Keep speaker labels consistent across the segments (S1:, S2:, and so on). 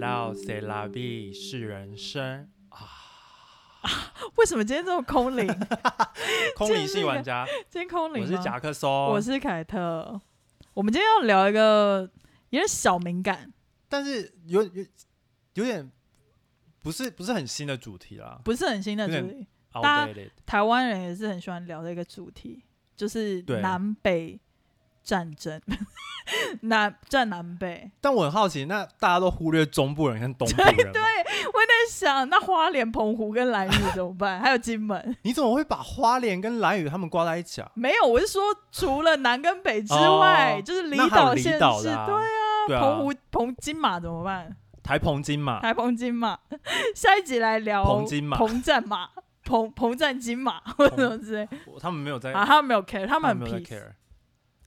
S1: 叫《塞拉比是人 生》
S2: 为什么今天这么 空灵？今
S1: 空灵系玩家，
S2: 天空灵
S1: 我
S2: 吗
S1: 是哦夹克松，
S2: 我是凯特。我们今天要聊一个有点小敏感，
S1: 但是有有有点不是不是很新的主题啦
S2: 不是很新的
S1: 有
S2: 主
S1: 点
S2: 题。大
S1: ，outdated，
S2: 台湾人也是很喜欢聊的一个主题，就是
S1: 对
S2: 南北战争， 南战南北。
S1: 但我很好奇，那大家都忽略中部人跟东部 人吗，
S2: 我在想，那花莲、澎湖跟兰屿怎 么办？还有金门？
S1: 你怎么会把花莲跟兰屿他们挂在一起啊？
S2: 没有，我是说除了南跟北之外，
S1: 哦
S2: 就是离
S1: 那还有
S2: 岛
S1: 离
S2: 县
S1: 岛
S2: 市，
S1: 的、啊，
S2: 对啊，
S1: 对啊，
S2: 澎湖、澎金马怎么办？
S1: 台澎金嘛，
S2: 台澎金马， 下一集来聊
S1: 澎金马
S2: 澎战马、澎澎战金马 或者什么之类。
S1: 我他们没有在，
S2: 啊，他们没有 care，他
S1: 他
S2: 们
S1: 没
S2: 很
S1: 有在
S2: peace。
S1: care，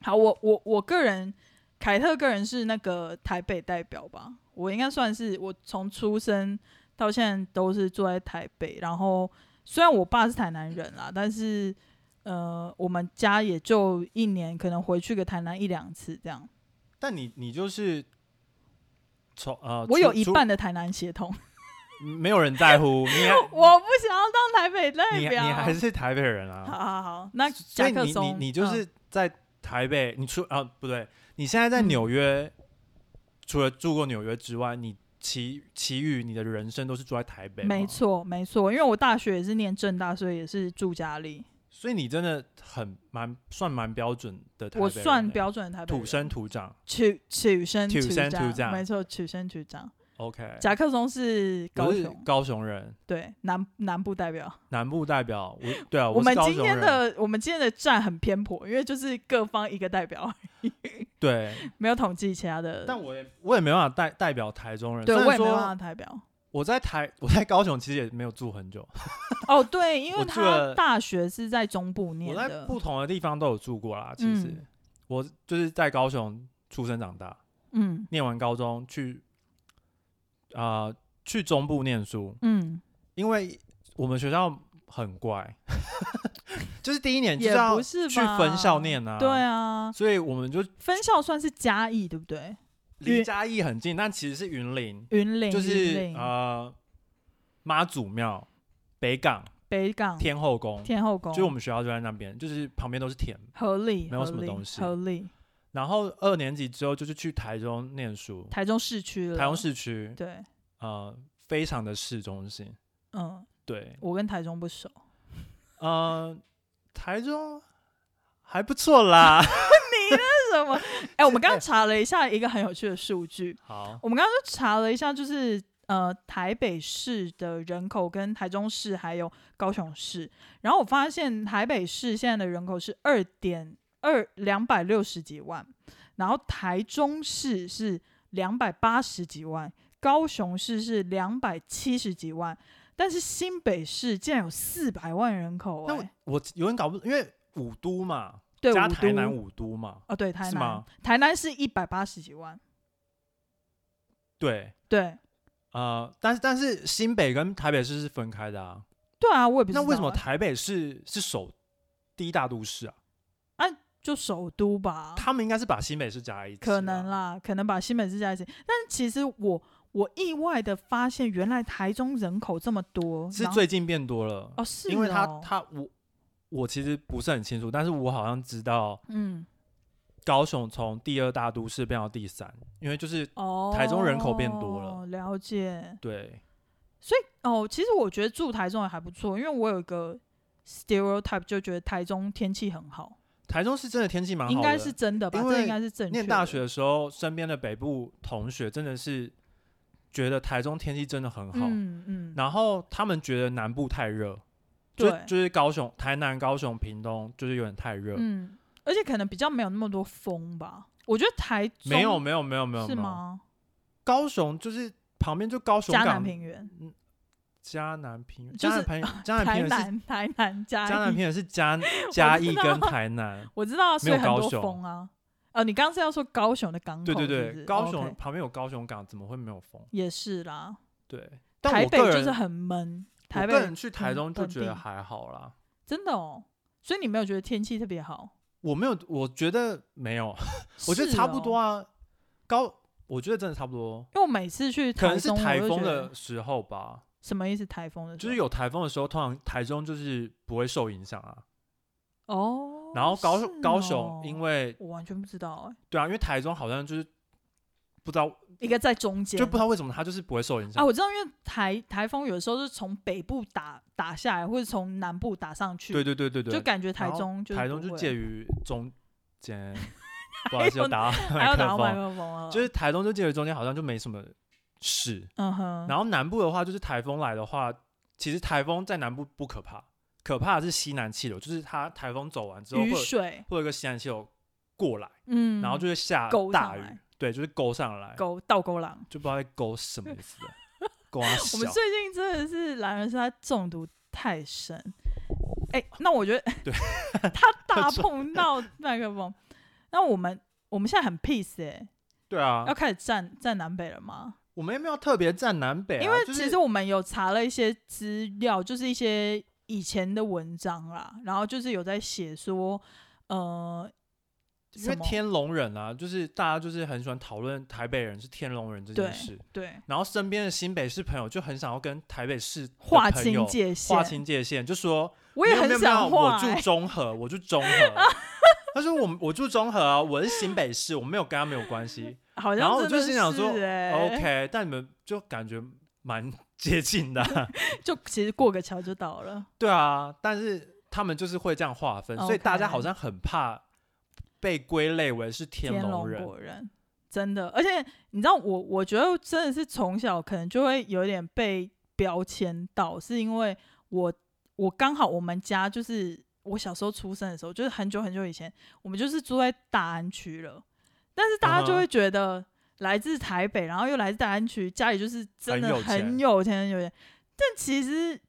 S2: 好，我我我个人，凯特个人是那个台北代表吧，我应该算是我从出生到现在都是住在台北，然后虽然我爸是台南人啦，但是呃，我们家也就一年可能回去个台南一两次这样，
S1: 但你你就是从呃，
S2: 我有
S1: 出
S2: 一
S1: 出
S2: 半的台南血统，
S1: 没有人在乎，你还
S2: 我不想要当台北代
S1: 你
S2: 表，
S1: 你还是台北人
S2: 好
S1: 啊，
S2: 好好，那
S1: 所
S2: 甲
S1: 以
S2: 克
S1: 你你
S2: 松，
S1: 你就
S2: 嗯
S1: 是在台北，你出啊不对，你现在在
S2: 嗯
S1: 纽约，除了住过纽约之外，你其其余你的人生都是住在台北，
S2: 没，错没错，因为我大学也是念正大，所以也是住家里，
S1: 所以你真的很蛮算蛮标准的台北
S2: 我
S1: 人欸，
S2: 算标准的台北
S1: 土
S2: 人
S1: 生土长
S2: 取取生
S1: 土生
S2: 长，
S1: 土长
S2: 没错，取生取长。
S1: ，OK，
S2: 甲克松是高
S1: 我是
S2: 雄，
S1: 高雄人。
S2: 对南南部代表。
S1: 南部代表，我对啊，
S2: 我
S1: 是
S2: 们
S1: 高
S2: 今
S1: 雄
S2: 天
S1: 人，
S2: 的我们今天的战很偏颇，因为就是各方一个代表，
S1: 对，
S2: 没有统计其他的。
S1: 但我也我也没办法代代表台中人，
S2: 对
S1: 虽然
S2: 我也没
S1: 说
S2: 办法代表。
S1: 我在台我在高雄其实也没有住很久，
S2: 哦，对，因
S1: 我
S2: 为
S1: 住了
S2: 他大学是在中部念
S1: 我
S2: 的
S1: 在，不同的地方都有住过啦。其实、
S2: 嗯
S1: 我就是在高雄出生长大，
S2: 嗯
S1: 念完高中去啊、呃去中部念书，
S2: 嗯，
S1: 因为我们学校很怪， 就是第一年就是
S2: 也
S1: 要
S2: 不是
S1: 去
S2: 吧
S1: 分校念啊，
S2: 对，啊，
S1: 所以我们就
S2: 分校算是嘉义对不对？
S1: 离
S2: 云
S1: 嘉义很近，但其实是云林，
S2: 云林
S1: 就是
S2: 云林
S1: 呃妈祖庙、北港、
S2: 北港
S1: 天后宫，
S2: 嗯天后宫，
S1: 就是我们学校就在那边，就是旁边都是田。
S2: 合理，
S1: 没有
S2: 合
S1: 什么
S2: 理
S1: 东西
S2: 合理。
S1: 然后二年级之后就是去台中念书，
S2: 台中市区了，
S1: 台中市区，
S2: 对，
S1: 呃，非常的市中心。
S2: 嗯，
S1: 对，
S2: 我跟台中不 熟，
S1: 呃，台中还不错 啦。
S2: 是什么？ 哎、我们刚刚查了一下一个很有趣的数据，
S1: 好，
S2: 我们刚刚就查了一下，就是呃台北市的人口跟台中市还有高雄市，然后我发现台北市现在的人口是二点二两百六十几万，然后台中市是两百八十几万，高雄市是两百七十几万。但是新北市竟然有四百万人口、
S1: 那
S2: 哎。
S1: 我我有点搞不，因为五都嘛，
S2: 对，
S1: 加
S2: 五
S1: 台
S2: 都
S1: 南五都嘛，
S2: 哦，对，台
S1: 是
S2: 南
S1: 吗，
S2: 台南是一百八十几万，
S1: 对，
S2: 对，
S1: 呃，但是但是新北跟台北市是分开的啊。
S2: 对啊，我也不知
S1: 那
S2: 道
S1: 为什么
S2: 欸
S1: 台北市是首第一大都市啊？
S2: 就首都吧？
S1: 他们应该是把新北市加在一起，
S2: 啊
S1: 啊
S2: 可能。啦，可能把新北市加一起，但其实我我意外的发现，原来台中人口这么多，
S1: 是
S2: 然后
S1: 最近变多了，
S2: 哦，是
S1: 因为他
S2: 哦
S1: 他我我其实不是很清楚，但是我好像知道
S2: 嗯
S1: 高雄从第二大都市变到第三，因为就是
S2: 哦，
S1: 台中人口变多了，
S2: 了解
S1: 对
S2: 哦。其实我觉得住台中也还不错，因为我有一个 stereotype 就觉得台中天气很好，
S1: 台中是真的天气蛮好的，
S2: 应该是真的吧？
S1: 因
S2: 这
S1: 为
S2: 应该是正确的。
S1: 念大学的时候，身边的北部同学真的是觉得台中天气真的很好，
S2: 嗯嗯，
S1: 然后他们觉得南部太热，就
S2: 对
S1: 就是高雄、台南、高雄、屏东就是有点太热，
S2: 嗯，而且可能比较没有那么多风吧。我觉得台中
S1: 没有没有没有没有，
S2: 是
S1: 没有？
S2: 吗？
S1: 高雄就是旁边就高雄
S2: 嘉
S1: 港
S2: 南平原、
S1: 嘉南平原，嘉
S2: 就
S1: 南
S2: 是
S1: 平原，嘉南平
S2: 台
S1: 原是
S2: 南、台南、嘉
S1: 嘉南
S2: 义，
S1: 平原是 嘉嘉义
S2: 知道
S1: 跟台南，
S2: 我知道，所以
S1: 没
S2: 很
S1: 有高
S2: 多
S1: 雄
S2: 风啊。哦，你刚刚是要说高雄的港口
S1: 对对
S2: 是不
S1: 对，
S2: 是哦
S1: 高
S2: OK，
S1: 雄旁边有高雄港，怎么会没有风？
S2: 也是啦。
S1: 对，但
S2: 台
S1: 我
S2: 北
S1: 个
S2: 就是
S1: 人，
S2: 很闷，台
S1: 我
S2: 北
S1: 个人去台
S2: 嗯
S1: 中就
S2: 本
S1: 觉得
S2: 地
S1: 还好啦。
S2: 真的哦。所以你没有觉得天气特别好？哦
S1: 我没有，我觉得没有，我觉得差不多
S2: 啊。
S1: 啊。高我觉得真的差不多，
S2: 因为我每次去
S1: 可
S2: 台
S1: 能是
S2: 中，
S1: 台
S2: 我就
S1: 风
S2: 觉得
S1: 的时候吧，
S2: 什么意思？台风的时
S1: 就是
S2: 候
S1: 有台风的时候，通常台中就是不会受影响啊。
S2: 哦，
S1: 然后高、
S2: 是
S1: 高
S2: 哦
S1: 雄，因为
S2: 我完全不知道哎、
S1: 对啊，因为台中好像就是不知道，
S2: 一个在中间，
S1: 就不知道为什么它就是不会受影响。
S2: 啊，我知道，因为台台风有的时候是从北部打打下来，或者从南部打上去，
S1: 对对对对对，
S2: 就感觉台
S1: 然后
S2: 中就是
S1: 台中
S2: 不
S1: 就
S2: 会
S1: 介于中间， 不好意思，
S2: 还有
S1: 又打到
S2: 还要
S1: 麦
S2: 打
S1: 克
S2: 到麦克
S1: 风，
S2: 风啊了，
S1: 就是台中就介于中间，好像就没什么事。
S2: 嗯哼，
S1: 然后南部的话，就是台风来的话，其实台风在南部不可怕，可怕的是西南气流，就是它台风走完之后会
S2: 雨
S1: 有
S2: 水，
S1: 会有一个西南气流过来，
S2: 嗯，
S1: 然后就会下
S2: 勾
S1: 大
S2: 上来
S1: 雨，对，就是勾上来，
S2: 狗倒钩狼。
S1: 就不知道在勾什么意思 了，勾啊
S2: 我们
S1: 小，
S2: 最近真的是懒人是他中毒太深，哎、那我觉得
S1: 对
S2: 他大碰到麦克风，那我们我们现在很 peace 哎、
S1: 对啊
S2: 要，开始站站南北了吗？
S1: 我们也没有特别站南北啊，
S2: 因为
S1: 就
S2: 其
S1: 是
S2: 实我们有查了一些资料，就是一些以前的文章啦，然后就是有在写说，呃，
S1: 因为
S2: 什么
S1: 天龙人啊，就是大家就是很喜欢讨论台北人是天龙人这
S2: 对
S1: 件事，
S2: 对
S1: 然后身边的新北市朋友就很想要跟台北市的
S2: 划
S1: 朋友
S2: 清界限
S1: 划，清界限，就说
S2: 我也
S1: 没有
S2: 很
S1: 没有没
S2: 想
S1: 有
S2: 划、
S1: 我
S2: 欸
S1: 住，中和，我住中和。 他说我我住中和啊，我是新北市，我没有跟他们有关 系。
S2: 好
S1: 然
S2: 像
S1: 后我
S2: 真
S1: 就
S2: 的
S1: 心想说、
S2: 欸
S1: OK，但你们就感觉蛮接近的 啊、
S2: 就其实过个桥就到了。
S1: 对啊，但是他们就是会这样划分，所以大家
S2: OK
S1: 好像很怕被归类为是天龙人。
S2: 国人，真的。而且你知道我，我觉得真的是从小可能就会有点被标签到，是因为我我刚好我们家就是我小时候出生的时候，就是很久很久以前，我们就是住在大安区了，但是大
S1: 嗯
S2: 家
S1: 哼
S2: 就会觉得来自台北，然后又来自大安区，家里就是真的
S1: 很有钱
S2: 很有钱，很有钱。但其实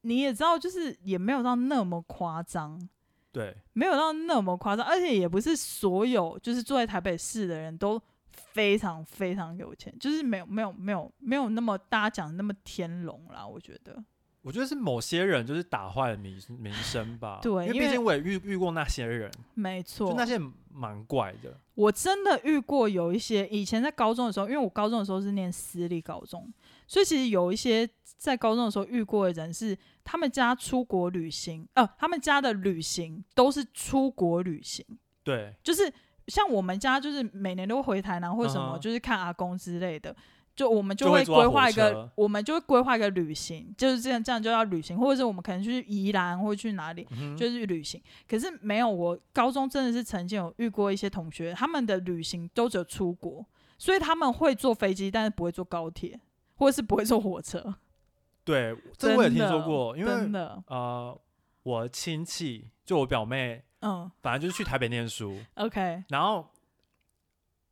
S2: 你也知道，就是也没有到那么夸张，
S1: 对，
S2: 没有到那么夸张，而且也不是所有就是住在台北市的人都非常非常有钱，就是没有没有没有没有那么大家讲的那么天龙啦，我觉得。
S1: 我觉得是某些人就是打坏了名名声吧。
S2: 对
S1: 因
S2: 因
S1: 为毕
S2: 为
S1: 竟我也遇遇过那些人，
S2: 没
S1: 就
S2: 错
S1: 那，些蛮怪的。
S2: 我真的遇过有一些以前在高中的时候，因为我高中的时候是念私立高中，所以其实有一些在高中的时候遇过的人是他们家出国旅行，呃，他们家的旅行都是出国旅行，
S1: 对，
S2: 就是像我们家就是每年都会回台南或什
S1: 嗯
S2: 么，
S1: 哼
S2: 就是看阿公之类的，就我们就
S1: 就会
S2: 会
S1: 坐
S2: 规
S1: 火
S2: 划一个
S1: 车，
S2: 我们就会规划一个旅行，就是这样这样就要旅行，或者是我们可能去宜兰或去哪里。
S1: 嗯哼
S2: 就是去旅行，可是没有。我高中真的是曾经有遇过一些同学，他们的旅行都只有出国，所以他们会坐飞机，但是不会坐高铁，或者是不会坐火车。
S1: 对，这
S2: 真
S1: 我
S2: 的
S1: 也听说过，因
S2: 真
S1: 为
S2: 的，
S1: 呃，我亲戚就我表妹，
S2: 嗯
S1: 反正就是去台北念书，
S2: ，OK，
S1: 然后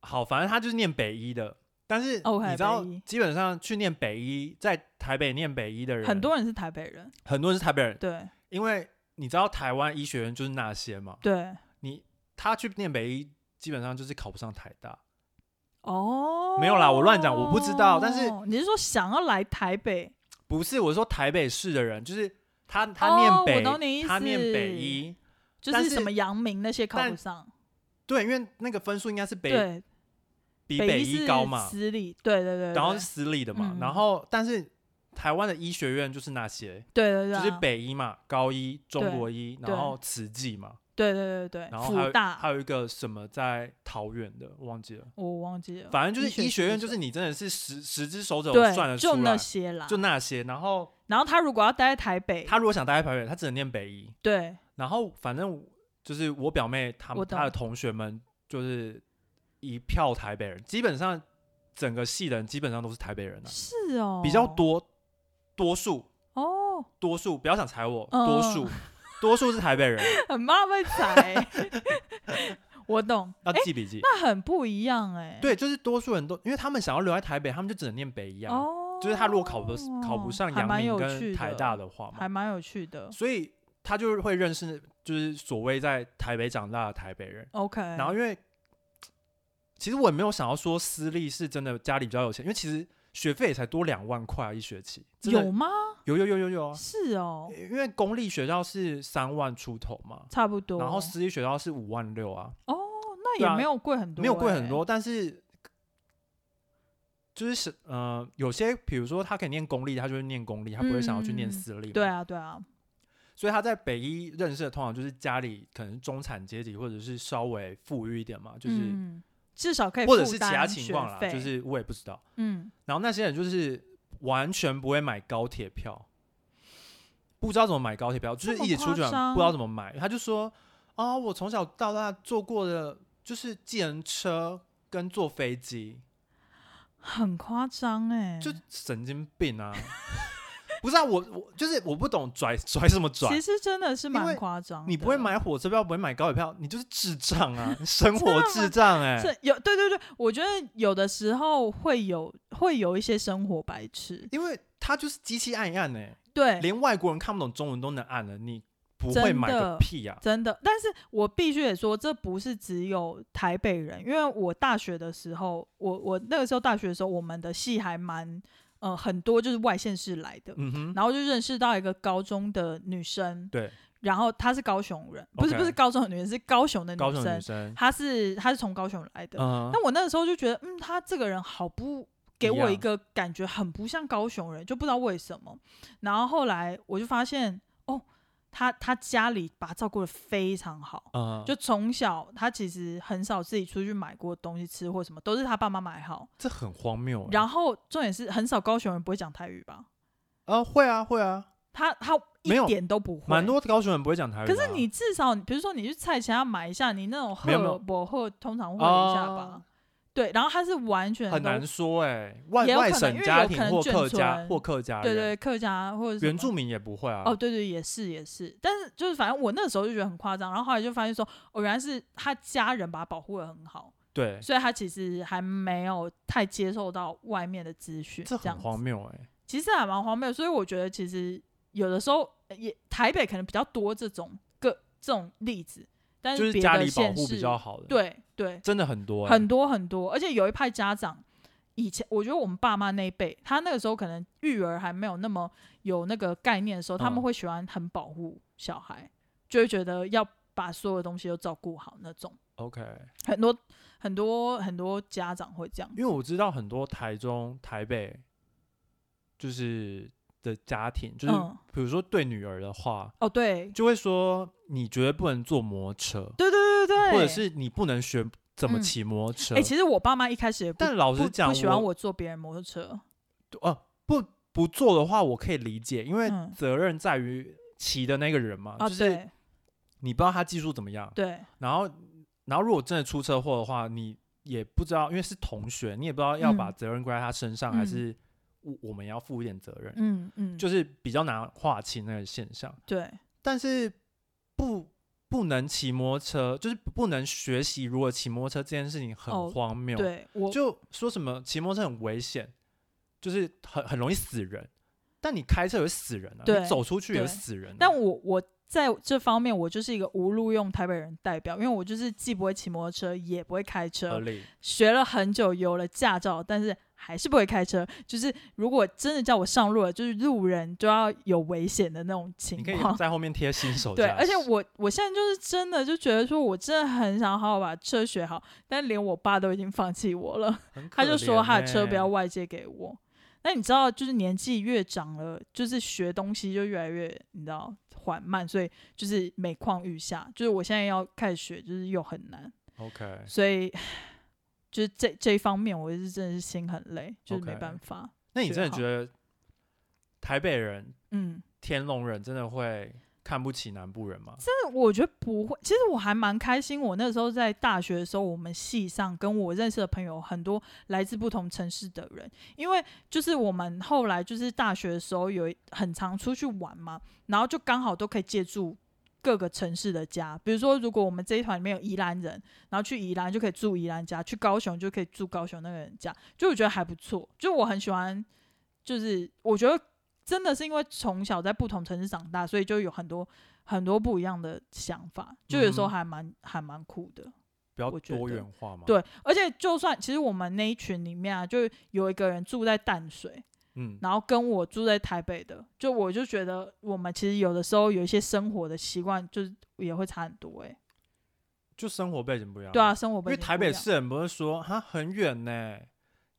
S1: 好，反正她就是念北一的，但是
S2: OK，
S1: 你知道
S2: 北一，
S1: 基本上去念北一，在台北念北一的人，
S2: 很多人是台北人，
S1: 很多人是台北人，
S2: 对
S1: 因为你知道台湾医学院就是那些嘛，
S2: 对，
S1: 你他去念北一，基本上就是考不上台大，
S2: 哦，
S1: 没有啦我乱讲我不知道但是
S2: 你是说想要来台北？
S1: 不是我说台北市的人，就是他他念
S2: 哦我
S1: 北，
S2: 懂你意
S1: 他念北
S2: 思
S1: 一。
S2: 就
S1: 但
S2: 是
S1: 是
S2: 什么阳明那些考不
S1: 但
S2: 上，
S1: 对，因为那个分数应该是北
S2: 对，
S1: 比
S2: 北
S1: 北
S2: 一是
S1: 一高嘛，
S2: 私立，对对对，
S1: 然后
S2: 对
S1: 是私立的嘛，
S2: 嗯
S1: 然后但是台湾的医学院就是那些，
S2: 对对对
S1: 就
S2: 啊，
S1: 是北医嘛，高医、中
S2: 对
S1: 国医，
S2: 对
S1: 然后慈济嘛，
S2: 对对对对，
S1: 然后还
S2: 福
S1: 有还
S2: 大，
S1: 有一个什么在桃园的，我忘记了。
S2: 我忘记了，
S1: 反正就是医学院，就是
S2: 系
S1: 你真的是十十只手指头
S2: 对
S1: 算得出
S2: 就那
S1: 来，
S2: 些啦，
S1: 就那些。然后
S2: 然后他如果要待在台北，
S1: 他如果想待在台北，他只能念北医。
S2: 对
S1: 然后反正就是我表妹他
S2: 我
S1: 们
S2: 懂
S1: 她的同学们就是一票台北人，基本上整个系的人基本上都是台北人啊。
S2: 是哦，
S1: 比较多，多数
S2: 哦，
S1: 多数不要想踩我，
S2: 嗯
S1: 多
S2: 嗯
S1: 数多数是台北人，
S2: 很怕被踩欸， 我懂，
S1: 要
S2: 哎，
S1: 记笔记。
S2: 那很不一样哎，
S1: 对，就是多数人都，因为他们想要留在台北，他们就只能念北一啊。
S2: 哦，
S1: 就是他如果考不考不上
S2: 还
S1: 阳
S2: 蛮
S1: 明
S2: 有趣
S1: 跟台大
S2: 的，
S1: 的话
S2: 还
S1: 嘛，
S2: 蛮有趣的
S1: 所以他就会认识就是所谓在台北长大的台北人。
S2: ，OK，
S1: 然后因为其实我也没有想要说私立是真的家里比较有钱，因为其实学费也才多两万块啊一学期，真的
S2: 有吗？
S1: 有有有有有啊，
S2: 是哦，
S1: 因为公立学校是三万出头嘛，
S2: 差不多。哦
S1: 然后私立学校是五万六啊，
S2: 哦，那
S1: 对
S2: 也
S1: 啊
S2: 没有贵很多、欸
S1: 没有贵很多，，但是就是是呃，有些比如说他可以念公立，他就会念公立，他不会想要去念
S2: 嗯
S1: 私立嘛。
S2: 对啊，对啊，
S1: 所以他在北一认识的通常就是家里可能中产阶级，或者是稍微富裕一点嘛，就是、
S2: 嗯至少可以
S1: 或者是
S2: 负
S1: 其
S2: 担
S1: 他情
S2: 学
S1: 况啦，
S2: 费
S1: 就是我也不知道。
S2: 嗯，
S1: 然后那些人就是完全不会买高铁票，不知道怎么买高铁票，就
S2: 这
S1: 是
S2: 么
S1: 一直
S2: 夸
S1: 出去玩
S2: 张
S1: 不知道怎么买。他就说：“啊、我从小到大坐过的就是计程车跟坐飞机，
S2: 很夸张哎，
S1: 就神经病啊！” 不是啊，我我就是我不懂拽拽什么拽，
S2: 其实真的是
S1: 因为
S2: 蛮夸张的。
S1: 你不会买火车票，不会买高铁票，你就是智障啊，你 生活智障哎、
S2: 是有对对对，我觉得有的时候会有会有一些生活白痴，
S1: 因为他就是机器按一按哎、
S2: 对，
S1: 连外国人看不懂中文都能按了，你不
S2: 真
S1: 会
S2: 的
S1: 买个屁啊呀、
S2: 真的。但是我必须得说，这不是只有台北人，因为我大学的时候，我我那个时候大学的时候，我们的系还蛮呃很多就是外县市来的，
S1: 嗯哼，
S2: 然后就认识到一个高中的女生，
S1: 对，
S2: 然后她是高雄人，不是
S1: OK
S2: 不是高中的女人，是高雄的
S1: 高
S2: 女
S1: 中的女
S2: 生，
S1: 生，
S2: 她是她是从高雄来的，
S1: 嗯，
S2: 但我那个时候就觉得，嗯，他这个人好不给我
S1: 一
S2: 一
S1: 样
S2: 个感觉，很不像高雄人，就不知道为什么。然后后来我就发现，哦，他他家里把他照顾的非常好，
S1: 嗯，
S2: 就从小他其实很少自己出去买过东西吃或什么，都是他爸妈买好。
S1: 这很荒谬、欸。
S2: 然后重点是，很少高雄人不会讲台语吧？
S1: 呃，会啊会啊，
S2: 他他
S1: 没有
S2: 一点都不会，
S1: 蛮多高雄人不会讲台语
S2: 可
S1: 的啊、
S2: 是你至少，比如说你去菜市场买一下，你那种
S1: 没有没有
S2: 喝薄荷通常会一下吧。
S1: 哦
S2: 对，然后他是完全
S1: 很
S2: 都
S1: 难说哎、外
S2: 也有可
S1: 外
S2: 能
S1: 省
S2: 因为
S1: 家
S2: 有
S1: 庭
S2: 可能
S1: 或
S2: 眷
S1: 客家
S2: 村
S1: 或客家人，
S2: 对对，客家或者什
S1: 原
S2: 么
S1: 住民也不会啊。
S2: 哦，对对，也是也是，但是就是反正我那时候就觉得很夸张，然后后来就发现说，哦，原来是他家人把他保护的很好，
S1: 对，
S2: 所以他其实还没有太接受到外面的资讯，
S1: 这
S2: 这
S1: 很
S2: 样
S1: 荒
S2: 子，
S1: 谬哎、
S2: 其实还蛮荒谬，所以我觉得其实有的时候呃也台北可能比较多这种个这种例子，但
S1: 就是
S2: 别
S1: 家
S2: 的
S1: 里保
S2: 县
S1: 护
S2: 市
S1: 比较好的，，
S2: 对对，
S1: 真的很多、欸，
S2: 很多很多，而且有一派家长，以前我觉得我们爸妈那一辈，他那个时候可能育儿还没有那么有那个概念的时候，他们
S1: 嗯
S2: 会喜欢很保护小孩，就会觉得要把所有东西都照顾好那种。
S1: OK。
S2: 很多很多很多家长会这样
S1: 因，为我知道很多台中、台北，就是的家庭，就是
S2: 嗯
S1: 比如说对女儿的话，
S2: 哦，对，
S1: 就会说你绝对不能坐摩托车，
S2: 对对对对，
S1: 或者是你不能学怎么
S2: 嗯
S1: 骑摩托车。
S2: 哎、其实我爸妈一开始也不
S1: 但老
S2: 不
S1: 实讲，
S2: 不喜欢我坐别人摩托车，
S1: 呃不不做的话，我可以理解，因为
S2: 嗯
S1: 责任在于骑的那个人嘛，
S2: 啊，
S1: 就是
S2: 对
S1: 你不知道他技术怎么样，
S2: 对，
S1: 然后然后如果真的出车祸的话，你也不知道，因为是同学，你也不知道要把
S2: 嗯
S1: 责任归在他身上，还
S2: 嗯
S1: 是我我们要负一点责任。
S2: 嗯嗯，
S1: 就是比较难划清那个现象。
S2: 对，
S1: 但是不不能骑摩托车，就是不能学习如何骑摩托车这件事情很
S2: 哦
S1: 荒谬。，
S2: 对我
S1: 就说什么骑摩托车很危险，就是很很容易死人。但你开车有死人啊，
S2: 对
S1: 你走出去也有
S2: 对
S1: 死人啊、
S2: 但我我在这方面，我就是一个无路用台北人代表，因为我就是既不会骑摩托车，也不会开
S1: 合
S2: 车，
S1: 理，
S2: 学了很久，有了驾照，但是还是不会开车。就是如果真的叫我上路了，就是路人就要有危险的那种情
S1: 你可以
S2: 况。
S1: 在后面贴新手
S2: 对，
S1: 架
S2: 而且
S1: 势
S2: 我我现在就是真的就觉得说，我真的很想好好把车学好，但连我爸都已经放弃我了。
S1: 很可
S2: 他就说
S1: 怜
S2: 他的车不要
S1: 欸
S2: 外借给我。那你知道，就是年纪越长了，就是学东西就越来越，你知道缓慢，所以就是每况愈下。就是我现在要开始学，就是又很难，
S1: OK。
S2: 所以就是这这一方面，我是真的是心很累，就是没
S1: OK
S2: 办法。
S1: 那你
S2: 学
S1: 真的
S2: 好
S1: 觉得台北人、
S2: 嗯，
S1: 天龙人真的会看不起南部人吗？
S2: 但我觉得不会。其实我还蛮开心，我那时候在大学的时候，我们系上跟我认识的朋友很多来自不同城市的人，因为就是我们后来就是大学的时候有一很常出去玩嘛，然后就刚好都可以借住。各个城市的家，比如说，如果我们这一团里面有宜兰人，然后去宜兰就可以住宜兰家，去高雄就可以住高雄那个人家，就我觉得还不错。就我很喜欢，就是我觉得真的是因为从小在不同城市长大，所以就有很多很多不一样的想法，就有时候
S1: 嗯
S2: 还蛮、还蛮酷的。
S1: 比较
S2: 我觉
S1: 多
S2: 得
S1: 元化嘛。，
S2: 对，而且就算其实我们那一群里面啊，就有一个人住在淡水，
S1: 嗯，
S2: 然后跟我住在台北的，就我就觉得我们其实有的时候有一些生活的习惯，就是也会差很多哎、
S1: 就生活背景不一样。
S2: 对啊，，生活
S1: 啊因
S2: 背
S1: 为
S2: 景
S1: 台
S2: 不一
S1: 北
S2: 样
S1: 市人不是说哈很远呢，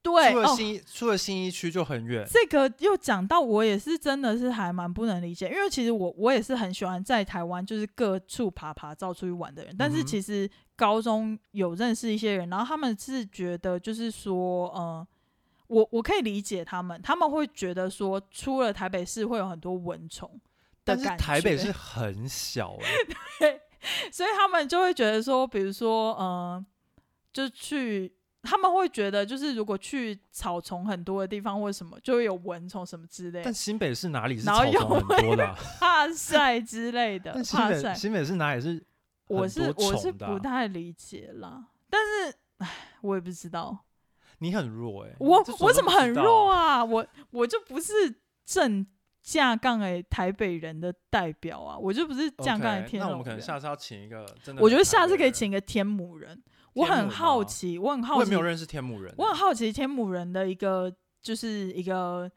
S2: 对
S1: 出了
S2: 哦，
S1: 新一、出了新一区就很远，
S2: 这个又讲到我也是真的是还蛮不能理解，因为其实我我也是很喜欢在台湾就是各处爬爬照出去玩的人，但
S1: 嗯
S2: 是
S1: 哼
S2: 其实高中有认识一些人，然后他们是觉得就是说，呃，我我可以理解他们，他们会觉得说出了台北市会有很多蚊虫的
S1: 但是
S2: 感觉，
S1: 台北是很小哎、
S2: 所以他们就会觉得说，比如说，呃，就去。他们会觉得，就是如果去草丛很多的地方或者什么，就会有蚊虫什么之类的。
S1: 但新北市哪里是
S2: 然
S1: 草
S2: 后又
S1: 丛很多的啊、
S2: 怕晒之类的
S1: 但，新
S2: 怕晒
S1: 北，新北市哪里是
S2: 我
S1: 很
S2: 是
S1: 多
S2: 我是
S1: 虫的啊
S2: 不太理解啦。但是，唉，我也不知道，
S1: 你很弱哎、
S2: 我
S1: 这种
S2: 我
S1: 都
S2: 怎么
S1: 不知
S2: 很
S1: 道
S2: 弱？啊？我我就不是正架杠诶、台北人的代表啊，我就不是架
S1: OK，
S2: 杠诶、天
S1: 那我
S2: 龙
S1: 们可能
S2: 人
S1: 下次要请一个真的。
S2: 我觉得下次可以，请一个天母人，我
S1: 天
S2: 很
S1: 母
S2: 好
S1: 吗
S2: 奇，我很
S1: 我
S2: 好
S1: 也
S2: 奇
S1: 没有认识天母人欸，
S2: 我很好奇天母人的一个就是一个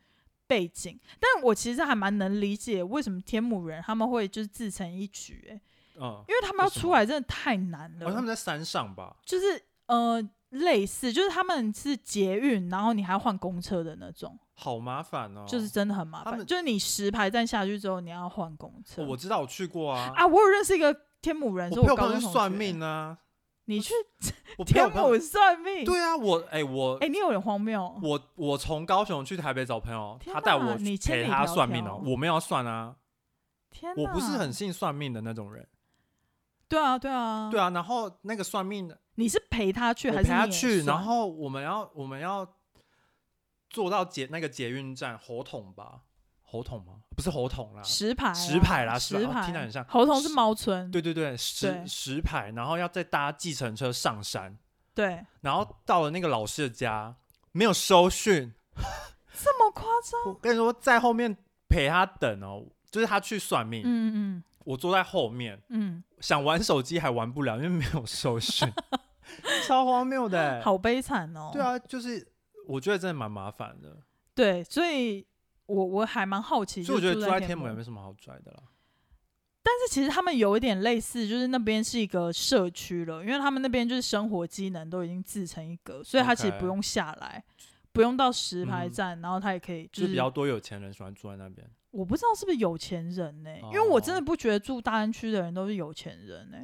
S2: 背景，但我其实还蛮能理解为什么天母人他们会就是自成一局、欸，
S1: 嗯，
S2: 因为他们要
S1: 为什么
S2: 出来真的太难了，
S1: 哦，他们在山上吧？
S2: 就是呃类似，就是他们是捷运，然后你还要换公车的那种，
S1: 好麻烦哦。
S2: 就是真的很麻
S1: 他
S2: 烦。
S1: 们
S2: 就是你十排站下去之后，你要换公车。
S1: 哦我知道，我去过啊。
S2: 啊，我有认识一个天母人，是
S1: 我陪我
S2: 高
S1: 朋友
S2: 中
S1: 去
S2: 同
S1: 算
S2: 学
S1: 命，啊。
S2: 你去
S1: 我陪
S2: 天
S1: 我朋友
S2: 母算命，，
S1: 对啊，我哎我
S2: 哎、你有点荒谬。
S1: 我我从高雄去台北找朋友，
S2: 天
S1: 他带
S2: 哪
S1: 我
S2: 你
S1: 去
S2: 千
S1: 陪
S2: 里
S1: 他
S2: 迢
S1: 算命
S2: 迢
S1: 哦，我没有要算啊，
S2: 天哪，
S1: 我不是很信算命的那种人。
S2: 对啊，对啊，
S1: 对啊，然后那个算命的，
S2: 你是陪他去
S1: 我
S2: 还
S1: 陪
S2: 是你
S1: 他
S2: 也
S1: 去，
S2: 算
S1: 然后我们要我们要坐到捷那个捷运站侯桶吧，侯桶吗？不是侯桶啦，
S2: 石牌啊
S1: 石牌啦石
S2: 石
S1: 牌哦
S2: 牌
S1: 听起来很像
S2: 猴童是
S1: 石
S2: 猫村，
S1: 对对对，石
S2: 对
S1: 石牌，然后要再搭计程车上山，
S2: 对，
S1: 然后到了那个老师的家，没有收讯，
S2: 这么夸张？
S1: 我跟你说，在后面陪他等哦，就是他去算命，
S2: 嗯嗯
S1: 我坐在后面，
S2: 嗯
S1: 想玩手机还玩不了，因为没有收 讯，超荒谬的、
S2: 嗯，
S1: 欸。
S2: 好悲惨哦。
S1: 对，啊，就是我觉得真的蛮麻烦的，
S2: 对，所以我我还蛮好奇，
S1: 所以我觉得
S2: 住
S1: 住
S2: 在
S1: 在天
S2: 母嗯
S1: 母也没什么好拽的啦。
S2: 但是其实他们有一点类似，就是那边是一个社区了，因为他们那边就是生活机能都已经自成一格，所以他其实
S1: OK
S2: 不用下来。不用到石牌
S1: 嗯
S2: 站，然后他也可以，
S1: 就是是比较多有钱人喜欢住在那边，
S2: 我不知道是不是有钱人呢、因为我真的
S1: 哦
S2: 不觉得住大安区的人都是有钱人呢、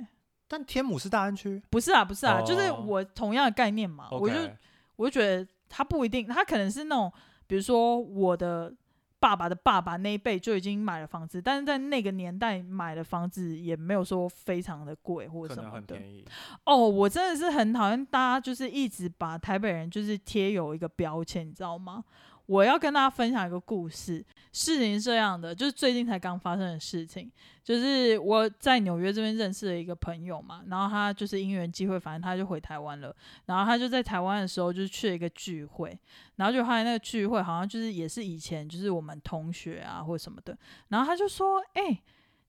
S1: 但天母是大安区
S2: 不是啊，不是啊，就是
S1: 哦
S2: 我同样的概念嘛啊我就
S1: ，OK，
S2: 我就觉得他不一定，他可能是那种，比如说我的爸爸的爸爸那一辈就已经买了房子，但是在那个年代买的房子也没有说非常的贵或
S1: 可
S2: 什
S1: 能
S2: 么
S1: 很
S2: 的。
S1: 便宜。
S2: 哦，我真的是很讨厌大家就是一直把台北人就是贴有一个标签，你知道吗？我要跟大家分享一个故事，事情是这样的，就是最近才刚发生的事情，就是我在纽约这边认识了一个朋友嘛，然后他就是因缘机会，反正他就回台湾了，然后他就在台湾的时候就是去了一个聚会，然后就发现那个聚会好像就是也是以前就是我们同学啊或什么的，然后他就说，哎、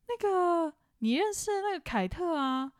S2: 那个你认识的那个凯特啊，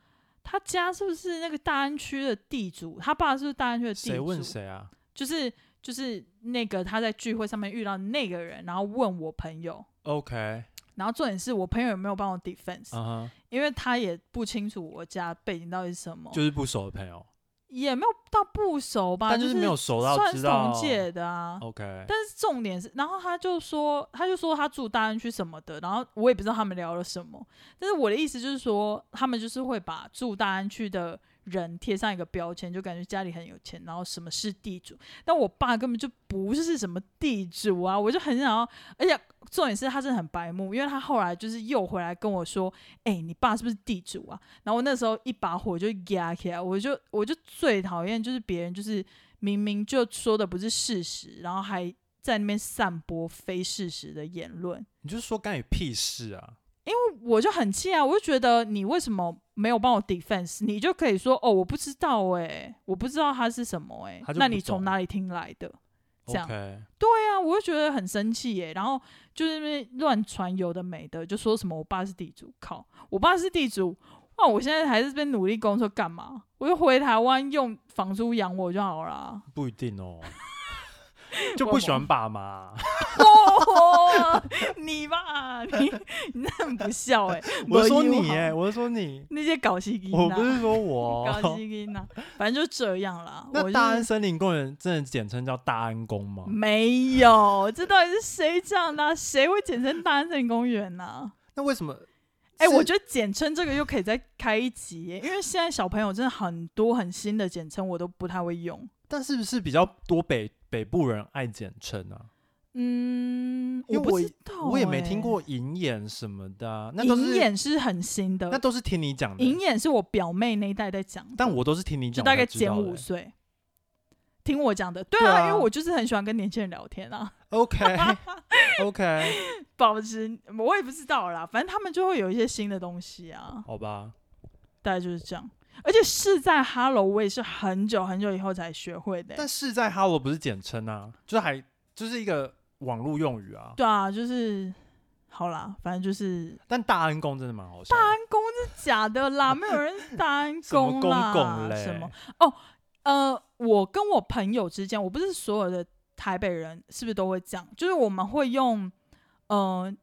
S2: 他家是不是那个大安区的地主？他爸是不是大安区的地主？
S1: 谁问谁啊？
S2: 就是就是那个他在聚会上面遇到那个人，然后问我朋友，
S1: OK，嗯
S2: 然后重点是我朋友有没有帮我 defense，、
S1: 哼，
S2: 因为他也不清楚我家背景到底是什么，
S1: 就是不熟的朋友，
S2: 也没有到不熟吧，
S1: 但
S2: 啊就是
S1: 没有熟到
S2: 算
S1: 知
S2: 是
S1: 道
S2: 同。届的啊。
S1: OK，
S2: 但是重点是，然后他就说，他就说他住大安区什么的，然后我也不知道他们聊了什么。但是我的意思就是说，他们就是会把住大安区的人贴上一个标签，就感觉家里很有钱，然后什么是地主。但我爸根本就不是什么地主啊，我就很想要，而且重点是他真的很白目，因为他后来就是又回来跟我说，哎、你爸是不是地主啊？然后我那时候一把火就压起来，我就我就最讨厌就是别人就是明明就说的不是事实，然后还在那边散播非事实的言论，
S1: 你就说干你屁事啊？
S2: 我就很气啊！我就觉得你为什么没有帮我 defense？你就可以说哦，我不知道哎、我不知道它是什么哎、
S1: 他就
S2: 那
S1: 不
S2: 你从
S1: 懂
S2: 哪里听来的？这样
S1: OK，
S2: 对啊，我就觉得很生气耶、然后就是那边乱传有的没的，就说什么我爸是地主，靠，我爸是地主，哇！我现在还是这边努力工作干嘛？我就回台湾用房租养我就好啦。
S1: 不一定哦，就
S2: 我
S1: 不喜
S2: 我
S1: 欢爸妈。
S2: 哦，我，你吧，你你那很不孝哎、
S1: 我是说
S2: 没有
S1: 你
S2: 好
S1: 哎、我是说你，
S2: 那些搞戏
S1: 我
S2: 囡
S1: 不
S2: 呐，
S1: 是说我
S2: 啊搞
S1: 哦。
S2: 戏囡呐，啊反正就这样啦。我
S1: 那
S2: 就
S1: 大安
S2: 是嗯
S1: 森林公园真的简称叫大安宫吗？
S2: 没有，这到底是谁这样的啊、谁会简称大安森林公园呢、
S1: 那为什么？
S2: 哎、
S1: 是
S2: 我觉得简称这个又可以再开一集耶，因为现在小朋友真的很多很新的简称我都不太会用。
S1: 但是不是比较多北北部人爱简称啊？
S2: 嗯，
S1: 因为
S2: 不
S1: 我
S2: 知道、
S1: 我也没听。过银眼什么的啊、那都
S2: 哎银
S1: 是
S2: 眼是很新
S1: 那
S2: 的，
S1: 都是听你讲的欸、
S2: 银眼是我表妹那一代在讲的，
S1: 但我都是听你
S2: 就
S1: 讲，
S2: 大概
S1: 我才知
S2: 减
S1: 道的
S2: 五
S1: 欸
S2: 岁。听我讲的，对
S1: 对
S2: 啊，
S1: 啊
S2: 因为我就是很喜欢跟年轻人聊天啊，
S1: OK OK，
S2: 保持我也不知道啦，反正他们就会有一些新的东西啊，
S1: 好吧，
S2: 大概就是这样。而且是在 Hello，我也是很久很久以后才学会的欸、
S1: 但是在哈罗不是简称啊，就是还就是一个网络用语啊。
S2: 对啊，就是好啦，反正就是
S1: 但大安宫真的蛮好笑的，
S2: 安公是假 的啦，没有人是大安
S1: 什么
S2: 公
S1: 公
S2: 啦，
S1: 公嘞？
S2: 什么？呃，我跟我朋友之间，我不是所有的台北人是不是都会这样？就是我们会用，呃，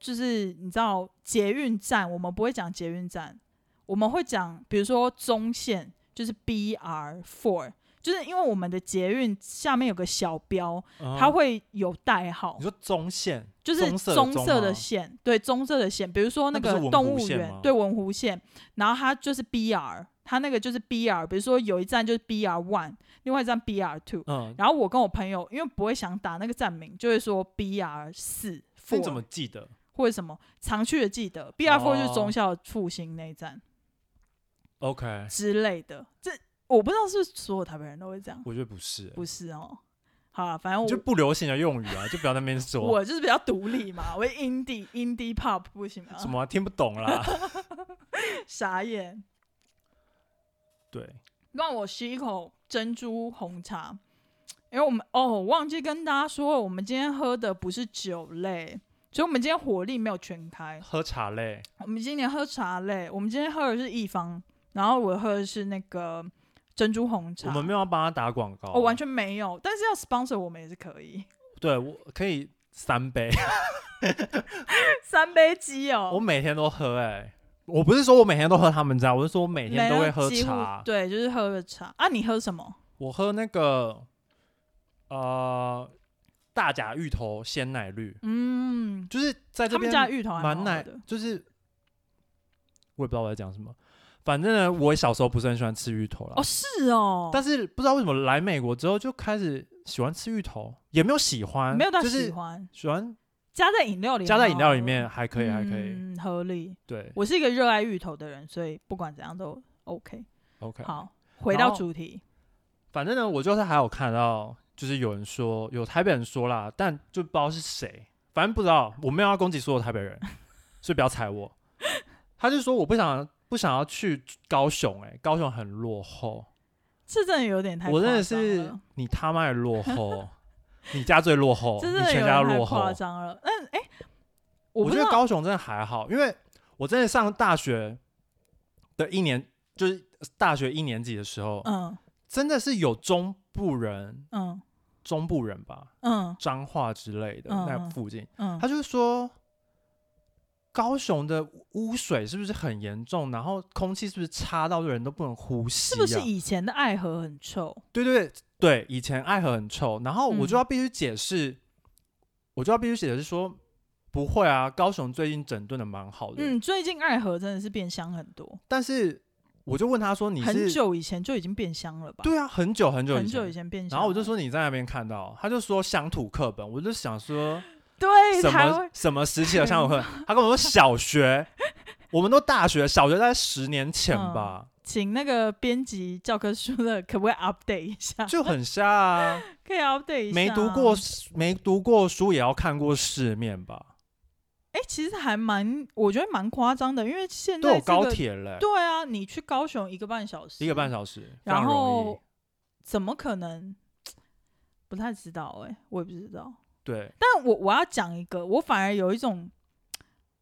S2: 就是你知道捷运站，我们不会讲捷运站，我们会讲，比如说中线，就是 B R Four，就是因为我们的捷运下面有个小标，
S1: 嗯
S2: 它会有代号
S1: 你，说中线
S2: 就是
S1: 棕色的
S2: 棕
S1: 棕
S2: 色的
S1: 吗
S2: 线，对，棕色的线，比如说
S1: 那不是
S2: 个
S1: 文
S2: 动
S1: 湖
S2: 物
S1: 线
S2: 园
S1: 吗，
S2: 对，文湖线，然后它就是 BR，它那个就是 BR，比如说有一站就是 BR one，另外一站 BR two，
S1: 嗯，
S2: 然后我跟我朋友因为不会想打那个站名，就会说 BR 四
S1: 那你怎么
S2: ，four
S1: 记得？
S2: 或者什么常去的记得，BR four 就
S1: 哦
S2: 是
S1: 哎
S2: 中校复兴那一站
S1: OK，
S2: 之类的，这我不知道是不是所有台北人都会这样，
S1: 我觉得不是欸、欸
S2: 不是哦，好了，反正我
S1: 就不流行的用语啊，就不要在那边说
S2: 我就是比较独立嘛，我 indie indie pop 不行吗？
S1: 什么啊、听不懂 啦。
S2: 傻眼。
S1: 对，
S2: 让我吸一口珍珠红茶，因为我们哦，我忘记跟大家说了，我们今天喝的不是酒类，所以我们今天火力没有全开。
S1: 喝茶类，
S2: 我们今天喝茶类，我们今天喝的是一方，然后我喝的是那个珍珠红茶。
S1: 我们没有要帮他打广告啊，
S2: 哦，完全没有，但是要 sponsor 我们也是可以，
S1: 对我可以三杯，
S2: 三杯鸡
S1: 我
S2: 哦，
S1: 每天都喝哎、我不是说我每天都喝他们家，我是说我每天都会喝
S2: 没有几乎
S1: 茶。
S2: 对，就是喝个茶啊。你喝什么？
S1: 我喝那个呃大甲芋头鲜奶绿，
S2: 嗯，
S1: 就是在这
S2: 他们
S1: 边
S2: 家的芋头还
S1: 蛮
S2: 蛮好
S1: 奶
S2: 的，
S1: 就是我也不知道我在讲什么。反正呢，我小时候不是很喜欢吃芋头啦，
S2: 哦，是哦，
S1: 但是不知道为什么来美国之后就开始喜欢吃芋头，也没有喜欢，
S2: 没有到
S1: 就
S2: 喜
S1: 是
S2: 欢，
S1: 喜欢
S2: 加在饮料里，哦
S1: 加在饮料里面，还可以，还可以。
S2: 嗯，合理。
S1: 对
S2: 我是一个热爱芋头的人，所以不管怎样都 OK。
S1: ，OK，
S2: 好，回
S1: 然
S2: 到
S1: 后
S2: 主题，
S1: 反正呢，我就是还有看到，就是有人说有台北人说啦，但就不知道是谁，反正不知道，我没有要攻击所有台北 人，所以不要踩我。他就说我不想不想要去高雄、欸，高雄很落后，
S2: 这真的有点太
S1: 我真的
S2: 夸张
S1: 是
S2: 了
S1: 你他妈也落后，你家最落后，
S2: 这
S1: 你
S2: 真的
S1: 全
S2: 有
S1: 家
S2: 点
S1: 都
S2: 太
S1: 落
S2: 夸
S1: 后。
S2: 张了。但哎、我
S1: 我
S2: 不
S1: 觉
S2: 知
S1: 得
S2: 道
S1: 高雄真的还好，因为我真的上大学的一年，就是大学一年级的时候，
S2: 嗯
S1: 真的是有中部人，
S2: 嗯
S1: 中部人吧，
S2: 嗯
S1: 彰化之类的、
S2: 嗯
S1: 那
S2: 嗯
S1: 附近，
S2: 嗯，
S1: 他就说高雄的污水是不是很严重，然后空气是不是差到人都不能呼吸、啊？
S2: 是不是以前的爱河很臭？
S1: 对对对，以前爱河很臭，然后我就
S2: 嗯
S1: 要必须解释，我就要必须解释说不会啊，高雄最近整顿的蛮好的，
S2: 嗯，最近爱河真的是变香很多，
S1: 但是我就问他说你是
S2: 很久以前就已经变香了吧？，
S1: 对啊，很久很久
S2: 很
S1: 以前。
S2: 久以前变香了。
S1: 然后我就说你在那边看到，他就说乡土课本，我就想 说
S2: 对，
S1: 什
S2: 哎台
S1: 么
S2: 湾
S1: 什么时期的乡土课本？他跟我说小学，我们都大学，小学在十年前
S2: 嗯
S1: 吧，
S2: 请那个编辑教科书的，可不可以 update 一下？
S1: 就很瞎啊，
S2: 可以 update 一下。啊
S1: 没读过没读过书也要看过世面吧？
S2: 哎、其实还蛮，我觉得蛮夸张的，因为现
S1: 都
S2: 在、
S1: 有
S2: 这个、
S1: 高铁嘞、
S2: 对啊，你去高雄一个半小时，
S1: 一个半小时，非常
S2: 然
S1: 容易
S2: 后。怎么可能？不太知道哎、我也不知道。
S1: 对，
S2: 但我我要讲一个，我反而有一种，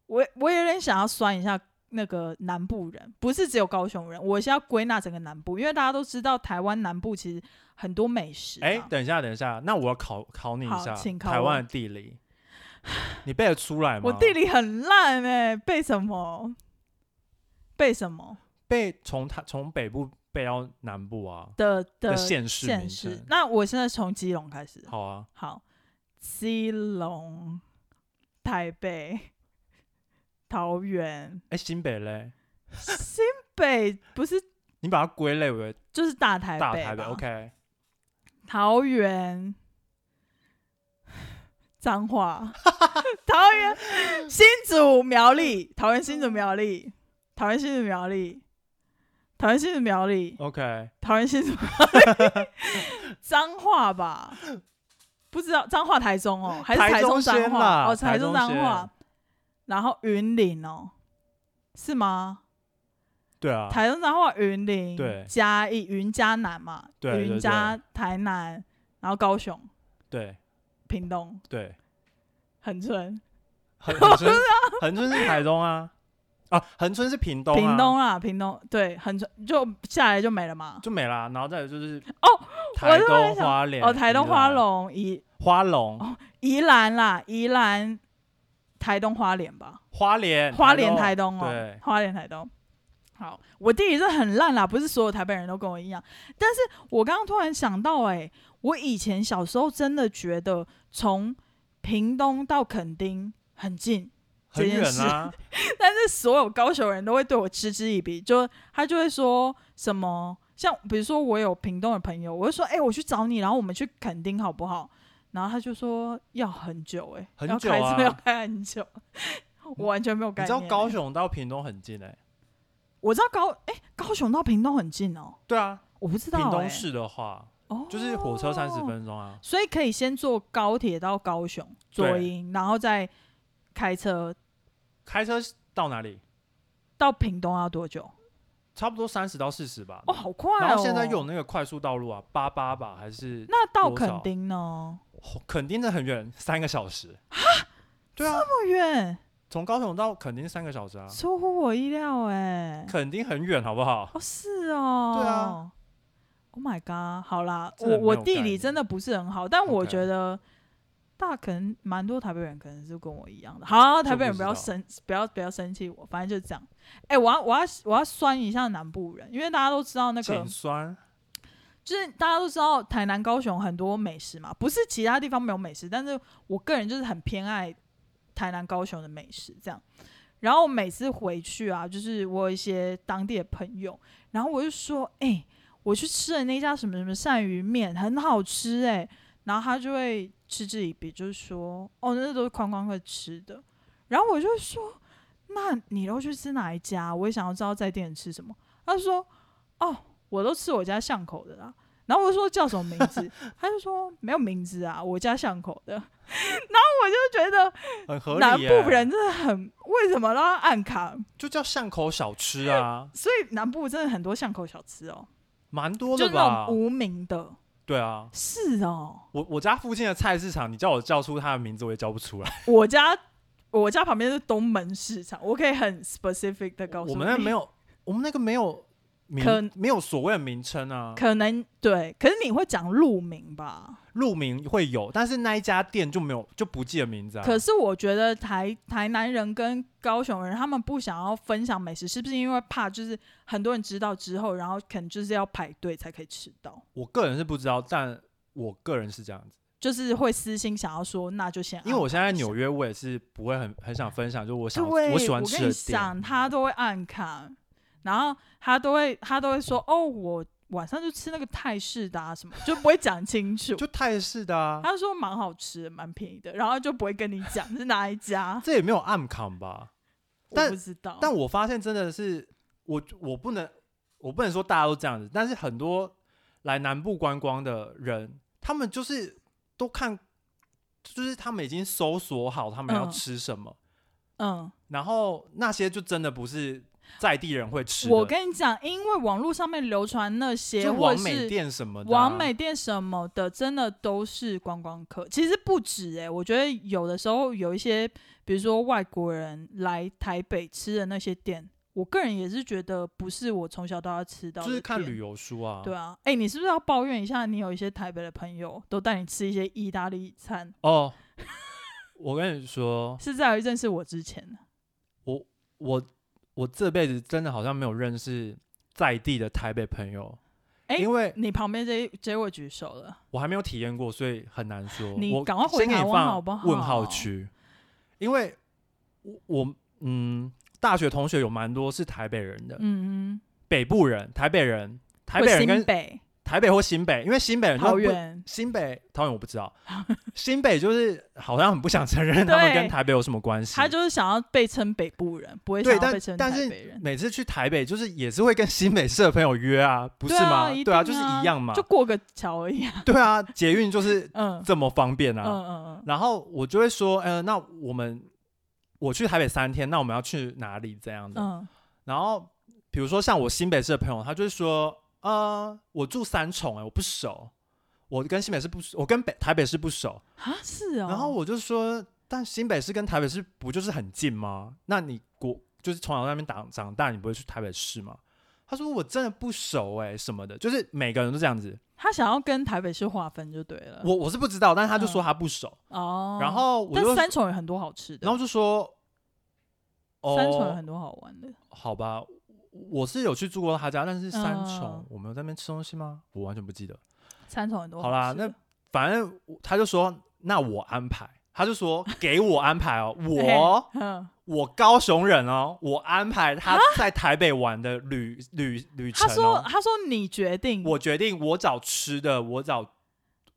S2: 我我有点想要酸一下那个南部人，不是只有高雄人，我是要归纳整个南部，因为大家都知道台湾南部其实很多美食、啊。
S1: 哎、等一下，等一下，那我要考考你一
S2: 好
S1: 下
S2: 请考
S1: 台
S2: 我
S1: 湾的地理。 你背得出来吗？
S2: 我地理很烂哎、背什么？背什么
S1: 背从它从北部背到南部啊
S2: 的的
S1: 的县市名
S2: 县市
S1: 称？。
S2: 那我现在从基隆开始，
S1: 好啊，
S2: 好，基隆、台北、桃园、
S1: 哎、新北嘞，
S2: 新北不是
S1: 你把它归类为
S2: 就是大台北
S1: 大台北
S2: 吧
S1: ，OK？
S2: 桃园、彰化、桃 园、新竹、苗栗、桃园、
S1: 嗯
S2: 新竹、苗栗、桃园、新竹、苗栗、桃园、新竹、苗栗、
S1: OK，
S2: 桃园、新 竹、苗栗、彰化吧？不知道彰化、台中哦，还是
S1: 台中
S2: 中彰
S1: 先啦
S2: 化？哦，台
S1: 台
S2: 中
S1: 中
S2: 彰
S1: 先
S2: 化，然后云林哦，是吗？
S1: 对啊，
S2: 台中彰化、云林、
S1: 对
S2: 嘉义、云嘉南嘛，
S1: 对对
S2: 云
S1: 对
S2: 嘉台南，然后高雄、
S1: 对
S2: 屏东、
S1: 对，
S2: 恒春、
S1: 恒恒春，恒春是台中啊，啊，恒春是屏东、啊，
S2: 屏东啦，屏东对恒春就下来就没了嘛。
S1: 就没啦。然后再有就是
S2: 哦，
S1: 台
S2: 突然
S1: 东
S2: 想
S1: 花莲，
S2: 哦，台东
S1: 宜
S2: 花
S1: 兰，
S2: 龙哦宜
S1: 花龙，
S2: 宜兰啦，宜兰台东花莲吧，
S1: 花莲，
S2: 花莲
S1: 东
S2: 台东哦
S1: 对，，
S2: 花莲台东。好，我地理是很烂啦，不是所有台北人都跟我一样。但是我刚刚突然想到、哎，我以前小时候真的觉得从屏东到垦丁很近， 这
S1: 很
S2: 件
S1: 远
S2: 事
S1: 啊，
S2: 但是所有高雄人都会对我嗤之以鼻，就他就会说什么，像比如说我有屏东的朋友，我就说，哎、我去找你，然后我们去垦丁好不好？然后他就说要很久、欸，哎，
S1: 很
S2: 要
S1: 久
S2: 开车
S1: 啊
S2: 要开很久，我完全没有概
S1: 你知
S2: 念、
S1: 道高
S2: 欸，
S1: 雄到屏东很近哎、
S2: 我知道高，哎、高雄到屏东很近哦，
S1: 对啊，
S2: 我不知道、
S1: 屏
S2: 欸，
S1: 东市的话，
S2: 哦，
S1: 就是火车三十，分钟啊，
S2: 所以可以先坐高铁到高雄左
S1: 对
S2: 营，然后再开车
S1: 开车到哪里？
S2: 到屏东要多久？
S1: 差不多三十到四十吧。
S2: 哦，好快哦！
S1: 然后现在又有那个快速道路啊，八八吧还是
S2: 那到
S1: 多少
S2: 垦丁呢？
S1: 哦垦丁真的很远，三个小时。对啊，
S2: 这么远，
S1: 从高雄到垦丁三个小时啊，
S2: 出乎我意料哎、
S1: 垦丁很远，好不好？
S2: 哦，是哦。
S1: 对啊。
S2: Oh my god！好啦，
S1: 真
S2: 我
S1: 的
S2: 我
S1: 没有概
S2: 地理
S1: 念
S2: 真的不是很好，但我
S1: OK
S2: 觉得大可能蛮多台北人可能是跟我一样的。好，台
S1: 就
S2: 北
S1: 不知
S2: 人不要
S1: 道
S2: 生，不要不要生气我，反正就是这样。哎、我要我要我要酸一下南部人，因为大家都知道那个
S1: 请酸
S2: 就是大家都知道台南、高雄很多美食嘛，不是其他地方没有美食，但是我个人就是很偏爱台南、高雄的美食这样。然后我每次回去啊，就是我有一些当地的朋友，然后我就说，哎、我去吃的那家什么什么鳝鱼面很好吃哎、然后他就会嗤之以鼻，就是说，哦，那都是观光客吃的。然后我就说，那你都去吃哪一家？我也想要知道在店里吃什么。他就说，哦，我都吃我家巷口的啦。然后我就说叫什么名 字，他就说没有名字啊，我家巷口的。 然后我就觉得
S1: 很合
S2: 南
S1: 理耶、
S2: 部人真的很为什么都要暗卡？
S1: 就叫巷口小吃 啊，
S2: 所以南部真的很多巷口小吃哦，
S1: 蛮多
S2: 就
S1: 的
S2: 是那
S1: 吧
S2: 种？无名的，
S1: 对啊，
S2: 是哦。
S1: 我我家附近的菜市场，你叫我叫出它的名字，我也叫不出 来。
S2: 我家我家旁边是东门市场，我可以很 specific 的告诉你，
S1: 我们那没有，我们那个没有名
S2: 可，
S1: 没有所谓的名称啊。
S2: 可能对，可是你会讲路名吧？
S1: 路名会有，但是那一家店就没有，就不记得名字啊。
S2: 可是我觉得台台南人跟高雄人他们不想要分享美食，是不是因为怕就是很多人知道之后，然后可能就是要排队才可以吃到，
S1: 我个人是不知道，但我个人是这样子，
S2: 就是会私心想要说那就先安排一下，
S1: 因为我现在在纽约，我也是不会很很想分享，就我想
S2: 啊对，
S1: 我喜欢吃
S2: 跟
S1: 的
S2: 你
S1: 店。
S2: 讲，他都会按卡，然后他都会他都会说哦，我晚上就吃那个泰式的、啊、什么，就不会讲清楚。
S1: 就泰式的啊，，
S2: 他就说蛮好吃的，蛮便宜的，然后就不会跟你讲是哪一家
S1: 这也没有暗扛吧？
S2: 我
S1: 但
S2: 不知道。
S1: 但我发现真的是，我我不能我不能说大家都这样子，但是很多来南部观光的人，他们就是都看，就是他们已经搜索好他们要
S2: 嗯
S1: 吃什么，
S2: 嗯，
S1: 然后那些就真的不是在地人会吃的，
S2: 我跟你讲，因为网络上面流传那些
S1: 就
S2: 或
S1: 王美
S2: 是
S1: 店什么的、啊，
S2: 完美店什么的，真的都是观光客。其实不止诶、欸我觉得有的时候有一些，比如说外国人来台北吃的那些店，我个人也是觉得不是我从小到大吃到的
S1: 就
S2: 店。
S1: 是看旅游书啊，
S2: 对啊，哎、你是不是要抱怨一下？你有一些台北的朋友都带你吃一些意大利餐，
S1: 哦，我跟你说，
S2: 是在认识我之前，
S1: 我我我这辈子真的好像没有认识在地的台北朋友，
S2: 哎
S1: 因为
S2: 你旁边这这位举手了，
S1: 我还没有体验过，所以很难说。
S2: 你
S1: 我
S2: 赶快回
S1: 先给
S2: 台
S1: 你
S2: 湾
S1: 放
S2: 好不好
S1: 问号区，因为我我嗯，大学同学有蛮多是台北人的，
S2: 嗯嗯，
S1: 北部人、台北人、台
S2: 或
S1: 北人
S2: 新
S1: 跟
S2: 北、
S1: 台北或新北，因为新北人就
S2: 桃
S1: 不
S2: 园，
S1: 新北、桃园我不知 道，新北就是好像很不想承认他们
S2: 对
S1: 跟台北有什么关系。
S2: 他就是想要被称北部人，不会想
S1: 对，
S2: 要
S1: 但
S2: 被称
S1: 但
S2: 台
S1: 是
S2: 北人，
S1: 每次去台北，就是也是会跟新北市的朋友约 啊，不是
S2: 对啊
S1: 吗？
S2: 一
S1: 对啊，就
S2: 定
S1: 是
S2: 啊
S1: 一样嘛。
S2: 就过个桥而已 啊，
S1: 对啊，捷运就是
S2: 嗯
S1: 这么方便
S2: 嗯
S1: 啊。
S2: 嗯嗯，
S1: 然后我就会说，呃，那我们我去台北三天，那我们要去哪里这样的？
S2: 嗯，
S1: 然后比如说像我新北市的朋友，他就会说，呃，我住三重、欸，我不熟，我跟新北市不熟，我跟北台北市不熟。
S2: 啊是哦，
S1: 然后我就说，但新北市跟台北市不就是很近吗？那你国就是从小在那边长长大，你不会去台北市吗？他说我真的不熟哎、什么的，就是每个人都这样子。
S2: 他想要跟台北市划分就对了，
S1: 我我是不知道，但是他就说
S2: 嗯
S1: 他不熟，
S2: 哦，
S1: 然后我
S2: 但
S1: 就
S2: 三重有很多好吃的，
S1: 然后就说，哦，
S2: 三重有很多好玩的，
S1: 好吧，我是有去住过他家，但是三重、
S2: 嗯
S1: 我没有在那边吃东西吗？我完全不记得。
S2: 三重很多
S1: 好啦
S2: 吃的
S1: 反正我他就说那我安排，他就说给我安排哦，我
S2: 嘿嗯，
S1: 我高雄人哦，我安排他在台北玩的旅旅旅
S2: 啊他
S1: 程
S2: 说啊
S1: 哦。
S2: 他说你决定，
S1: 我决定，我找吃的，我找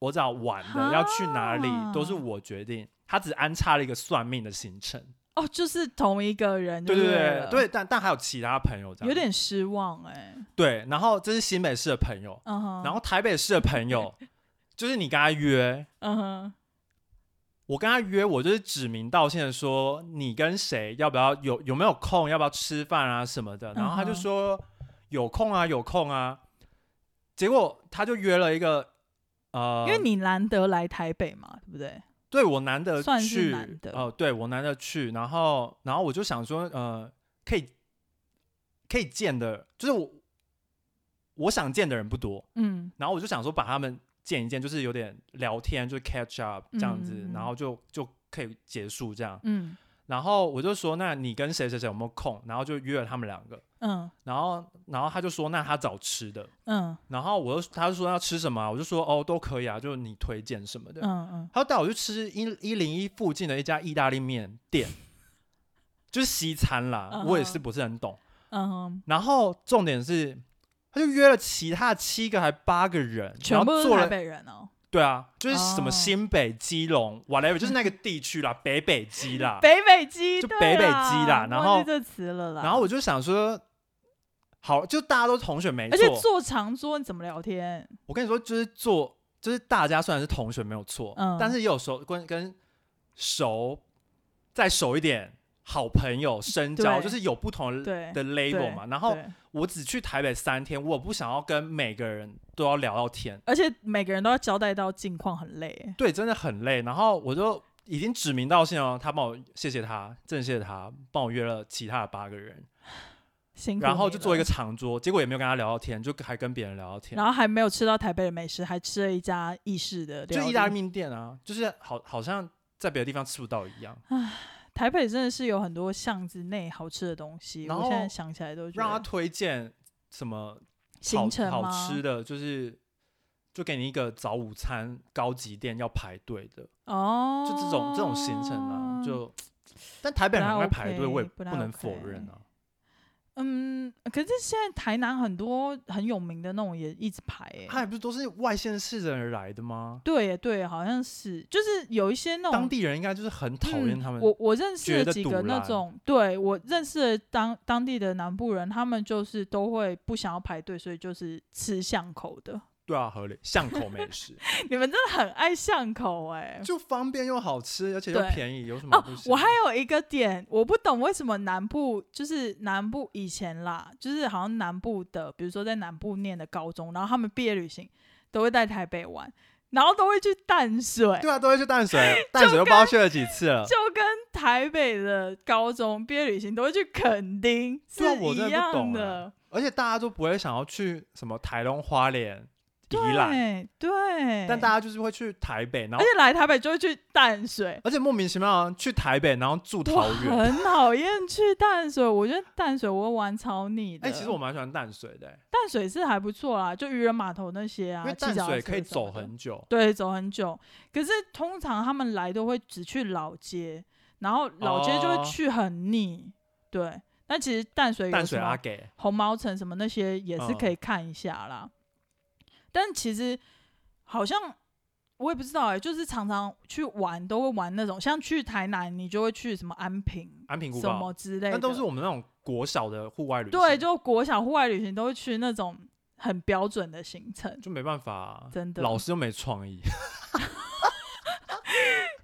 S1: 我找玩的，
S2: 哈
S1: 要去哪里都是我决定。他只安插了一个算命的行程，
S2: 哦就是同一个人就
S1: 对
S2: 了，
S1: 对对对，但但还有其他朋友这样，
S2: 有点失望哎、
S1: 对。然后这是新北市的朋友，
S2: 嗯哼，
S1: 然后台北市的朋 友，就是你跟他约，
S2: 嗯哼，
S1: 我跟他约，我就是指名道姓的说你跟谁要不要有有没有空，要不要吃饭啊什么的。然后他就
S2: 嗯哼
S1: 说有空啊，有空啊。结果他就约了一个呃，
S2: 因为你难得来台北嘛，对不对？
S1: 对我难得
S2: 算是
S1: 去
S2: 难得
S1: 呃，对我难得去，然后然后我就想说呃，可以可以见的，就是我我想见的人不多，
S2: 嗯
S1: 然后我就想说把他们见一见，就是有点聊天，就是 catch up 这样子，
S2: 嗯嗯嗯
S1: 然后就就可以结束这样。
S2: 嗯
S1: 然后我就说，那你跟谁谁谁有没有空？然后就约了他们两个。
S2: 嗯
S1: 然后然后他就说，那他找吃的。
S2: 嗯
S1: 然后我就他就说要吃什么啊、我就说哦都可以啊，就是你推荐什么的。
S2: 嗯嗯，
S1: 他就带我去吃一一零一附近的一家意大利面店， 就是西餐啦。
S2: 嗯哼
S1: 我也是不是很懂。
S2: 嗯哼，
S1: 然后重点是，他就约了其他七个还八个人，然
S2: 全
S1: 后
S2: 部都是
S1: 做
S2: 台
S1: 了
S2: 北人哦，
S1: 对啊，就是什么
S2: 哦
S1: 新北、基隆、whatever，就是那个地区啦，北北基啦。
S2: 北北基，
S1: 啊就
S2: 对
S1: 北北基
S2: 啦，
S1: 啦然
S2: 忘
S1: 后
S2: 记这词了啦。
S1: 然后我就想说，好，就大家都同学没
S2: 而且
S1: 错。
S2: 坐长桌你怎么聊天？
S1: 我跟你说，就是做，就是大家虽然是同学没有错，
S2: 嗯
S1: 但是也有时候跟跟熟再熟一点好朋友深交，
S2: 对
S1: 就是有不同的
S2: 对
S1: 的 label
S2: 对
S1: 呃嘛。然后
S2: 对
S1: 我只去台北三天，我不想要跟每个人都要聊到天，
S2: 而且每个人都要交代到近况，很累欸。
S1: 对，真的很累。然后我就已经指名道姓哦，他帮我谢谢他，真的谢谢他，帮我约了其他的八个人，
S2: 辛苦
S1: 然后
S2: 你
S1: 就做一个
S2: 了，
S1: 长桌，结果也没有跟他聊到天，就还跟别人聊到天
S2: 然。后还没有吃到台北的美食，还吃了一家意式的料
S1: 就
S2: 理，
S1: 意大利面店啊，就是好好像在别的地方吃不到一样，
S2: 台北真的是有很多巷子内好吃的东西，
S1: 然
S2: 我现
S1: 后
S2: 在想起来都觉
S1: 让他
S2: 得
S1: 推荐什么好
S2: 行程
S1: 好
S2: 吗
S1: 吃的，就是就给你一个早午餐高级店要排队的，
S2: 哦，
S1: 就这种这种行程啊，就但台北人很
S2: 不大
S1: 爱排队，
S2: OK，
S1: 我也
S2: 不
S1: 不
S2: 大
S1: 能
S2: OK
S1: 否认啊。
S2: 嗯，可是现在台南很多很有名的那种也一直排哎、
S1: 他也不是都是外县市的人来的吗？
S2: 对耶对耶，好像是，就是有一些那种
S1: 当地人应该就是很讨厌
S2: 嗯
S1: 他们，
S2: 我我认识
S1: 觉
S2: 了
S1: 得
S2: 几
S1: 堵
S2: 个那
S1: 拦
S2: 种，对我认识的当当地的南部人，他们就是都会不想要排队，所以就是吃巷口的。
S1: 对啊，合理巷口美食
S2: 你们真的很爱巷口哎、
S1: 就方便又好吃，而且又
S2: 对
S1: 便宜，有什么
S2: 哦
S1: 不，行？
S2: 我还有一个点，我不懂为什么南部就是南部以前啦，就是好像南部的，比如说在南部念的高中，然后他们毕业旅行都会在台北玩，然后都会去淡水，
S1: 对啊，都会去淡 水，淡水又不知道去了几次了。
S2: 就跟台北的高中毕业旅行都会去垦丁是
S1: 对啊我
S2: 一
S1: 真的不懂哎
S2: 样的。
S1: 而且大家都不会想要去什么台东花莲，宜兰，
S2: 对对，
S1: 但大家就是会去台北，然
S2: 而
S1: 后
S2: 且来台北就会去淡水，
S1: 而且莫名其妙啊去台北，然后住
S2: 我
S1: 桃园。
S2: 很讨厌去淡水，我觉得淡水我会玩超腻的。
S1: 哎、其实我蛮喜欢淡水的、欸
S2: 淡水是还不错啦，就渔人码头那些啊，
S1: 因为
S2: 骑
S1: 淡
S2: 脚踏
S1: 水
S2: 车
S1: 可以
S2: 什么
S1: 走
S2: 的
S1: 很久。
S2: 对，走很久。可是通常他们来都会只去老街，然后老街就
S1: 哦
S2: 会去很腻。对，但其实淡水有
S1: 淡
S2: 什
S1: 水
S2: 么
S1: 阿给，
S2: 红毛城什么那些也是
S1: 嗯
S2: 可以看一下啦。但其实好像我也不知道哎、就是常常去玩都会玩那种，像去台南你就会去什么安平、
S1: 安平古
S2: 什
S1: 堡
S2: 么，之类的，
S1: 那都是我们那种国小的户外旅行，
S2: 对，就国小户外旅行都会去那种很标准的行程。
S1: 就没办法啊、
S2: 真的
S1: 老师又没创意，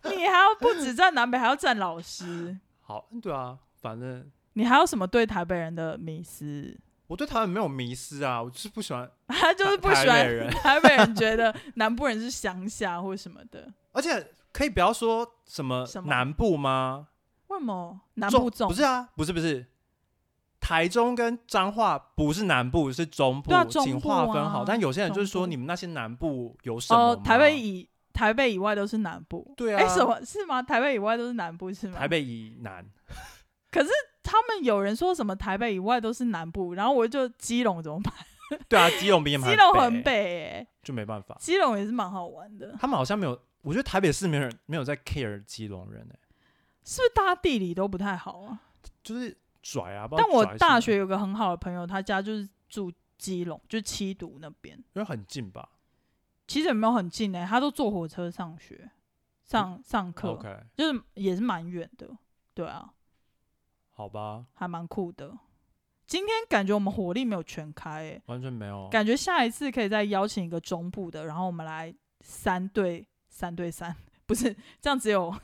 S2: 你还要不止站南北，还要站老师，
S1: 好，对啊，反正
S2: 你还有什么对台北人的迷思？
S1: 我对台湾没有迷失啊，我就是不喜欢，
S2: 他就是不
S1: 台
S2: 喜欢
S1: 北人
S2: 台北人，觉得南部人是乡下或什么的。
S1: 而且可以不要说什么
S2: 什么
S1: 南部吗？
S2: 为什么南部
S1: 中
S2: 重？
S1: 不是啊，不是不是，台中跟彰化不是南部是中部，
S2: 对啊
S1: 请
S2: 中部
S1: 划分好。
S2: 啊
S1: 但有些人就是说
S2: 中部
S1: 你们那些南部有什么
S2: 哦
S1: 吗？，
S2: 台北以台北以外都是南部。
S1: 对啊
S2: 哎、什么是吗？台北以外都是南部是吗？
S1: 台北以南，
S2: 他们有人说什么台北以外都是南部，然后我就基隆怎么办？
S1: 对啊，基隆比你们
S2: 基
S1: 还
S2: 隆很
S1: 北，
S2: 北、欸，
S1: 就没办法。
S2: 基隆也是蛮好玩的，
S1: 他们好像没有，我觉得台北市没有人没有在 care 基隆人哎、
S2: 是不是大家地理都不太好啊？
S1: 就是拽啊。不知道
S2: 但我
S1: 拽什么
S2: 大学有个很好的朋友，他家就是住基隆，就七堵那边，
S1: 因为很近吧
S2: 其实也没有很近哎、他都坐火车上学，上上课
S1: 嗯，OK，
S2: 就是也是蛮远的，对啊，
S1: 好吧，
S2: 还蛮酷的。今天感觉我们火力没有全开哎、
S1: 完全没有。
S2: 感觉下一次可以再邀请一个中部的，然后我们来三对三对三，不是这样只有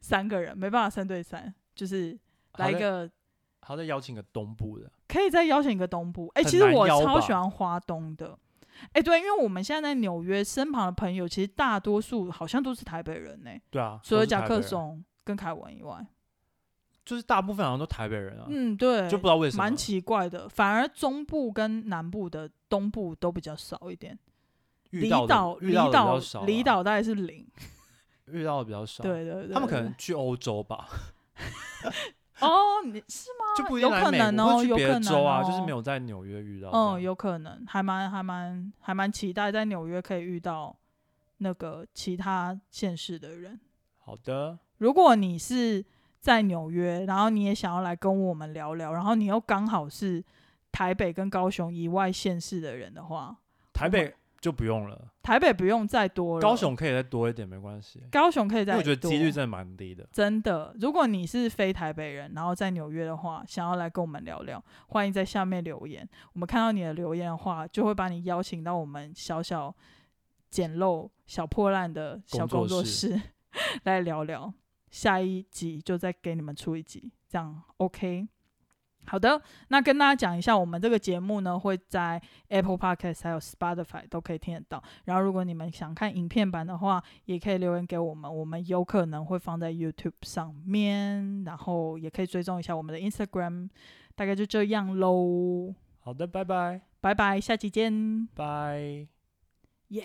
S2: 三个人，没办法三对三，就是来
S1: 好
S2: 一
S1: 的
S2: 个
S1: 好再邀请个东部的，
S2: 可以再邀请一个东部。哎、
S1: 很
S2: 其实
S1: 难
S2: 我
S1: 邀
S2: 超
S1: 吧
S2: 喜欢花东的。哎、对，因为我们现在在纽约，身旁的朋友其实大多数好像都是台北人呢、
S1: 对啊，
S2: 除
S1: 都
S2: 了
S1: 是
S2: 甲
S1: 台
S2: 克
S1: 北人，
S2: 松跟凯文以外，
S1: 就是大部分好像都台北人啊，
S2: 嗯，对，
S1: 就不知道为什么
S2: 蛮。奇怪的。反而中部跟南部的东部都比较少一点，
S1: 遇
S2: 离
S1: 到
S2: 岛
S1: 的遇
S2: 离
S1: 到的比较
S2: 岛
S1: 少啊，
S2: 离岛大概是零，
S1: 遇到的比较少。，
S2: 对对对，
S1: 他们可
S2: 对
S1: 能去欧洲吧，
S2: 哦，你是吗？
S1: 就不一
S2: 有
S1: 定来
S2: 可
S1: 美
S2: 能
S1: 国，
S2: 哦
S1: 会去
S2: 有
S1: 别
S2: 可
S1: 的州啊，
S2: 能
S1: 就是
S2: 哦
S1: 没有在纽约遇到。
S2: 嗯，，有可能，还蛮还蛮还蛮期待在纽约可以遇到那个其他县市的人。
S1: 好的，
S2: 如果你是在纽约，然后你也想要来跟我们聊聊，然后你又刚好是台北跟高雄以外县市的人的话，
S1: 台北就不用了，
S2: 台北不用再多了，
S1: 高雄可以再多一点，没关系，
S2: 高雄可以
S1: 因
S2: 再
S1: 为
S2: 多。
S1: 我觉得几率真的蛮低的。
S2: 真的，如果你是非台北人，然后在纽约的话，想要来跟我们聊聊，欢迎在下面留言。我们看到你的留言的话，就会把你邀请到我们小小简陋、小破烂的小工作室 来聊聊。下一集就再给你们出一集，这样 OK。好的，那跟大家讲一下，我们这个节目呢会在 Apple Podcast 还有 Spotify 都可以听得到。然后，如果你们想看影片版的话，也可以留言给我们，我们有可能会放在 YouTube 上面，然后也可以追踪一下我们的 Instagram。大概就这样喽，
S1: 好的，拜拜，
S2: 拜拜，下期见，
S1: 拜。
S2: 耶、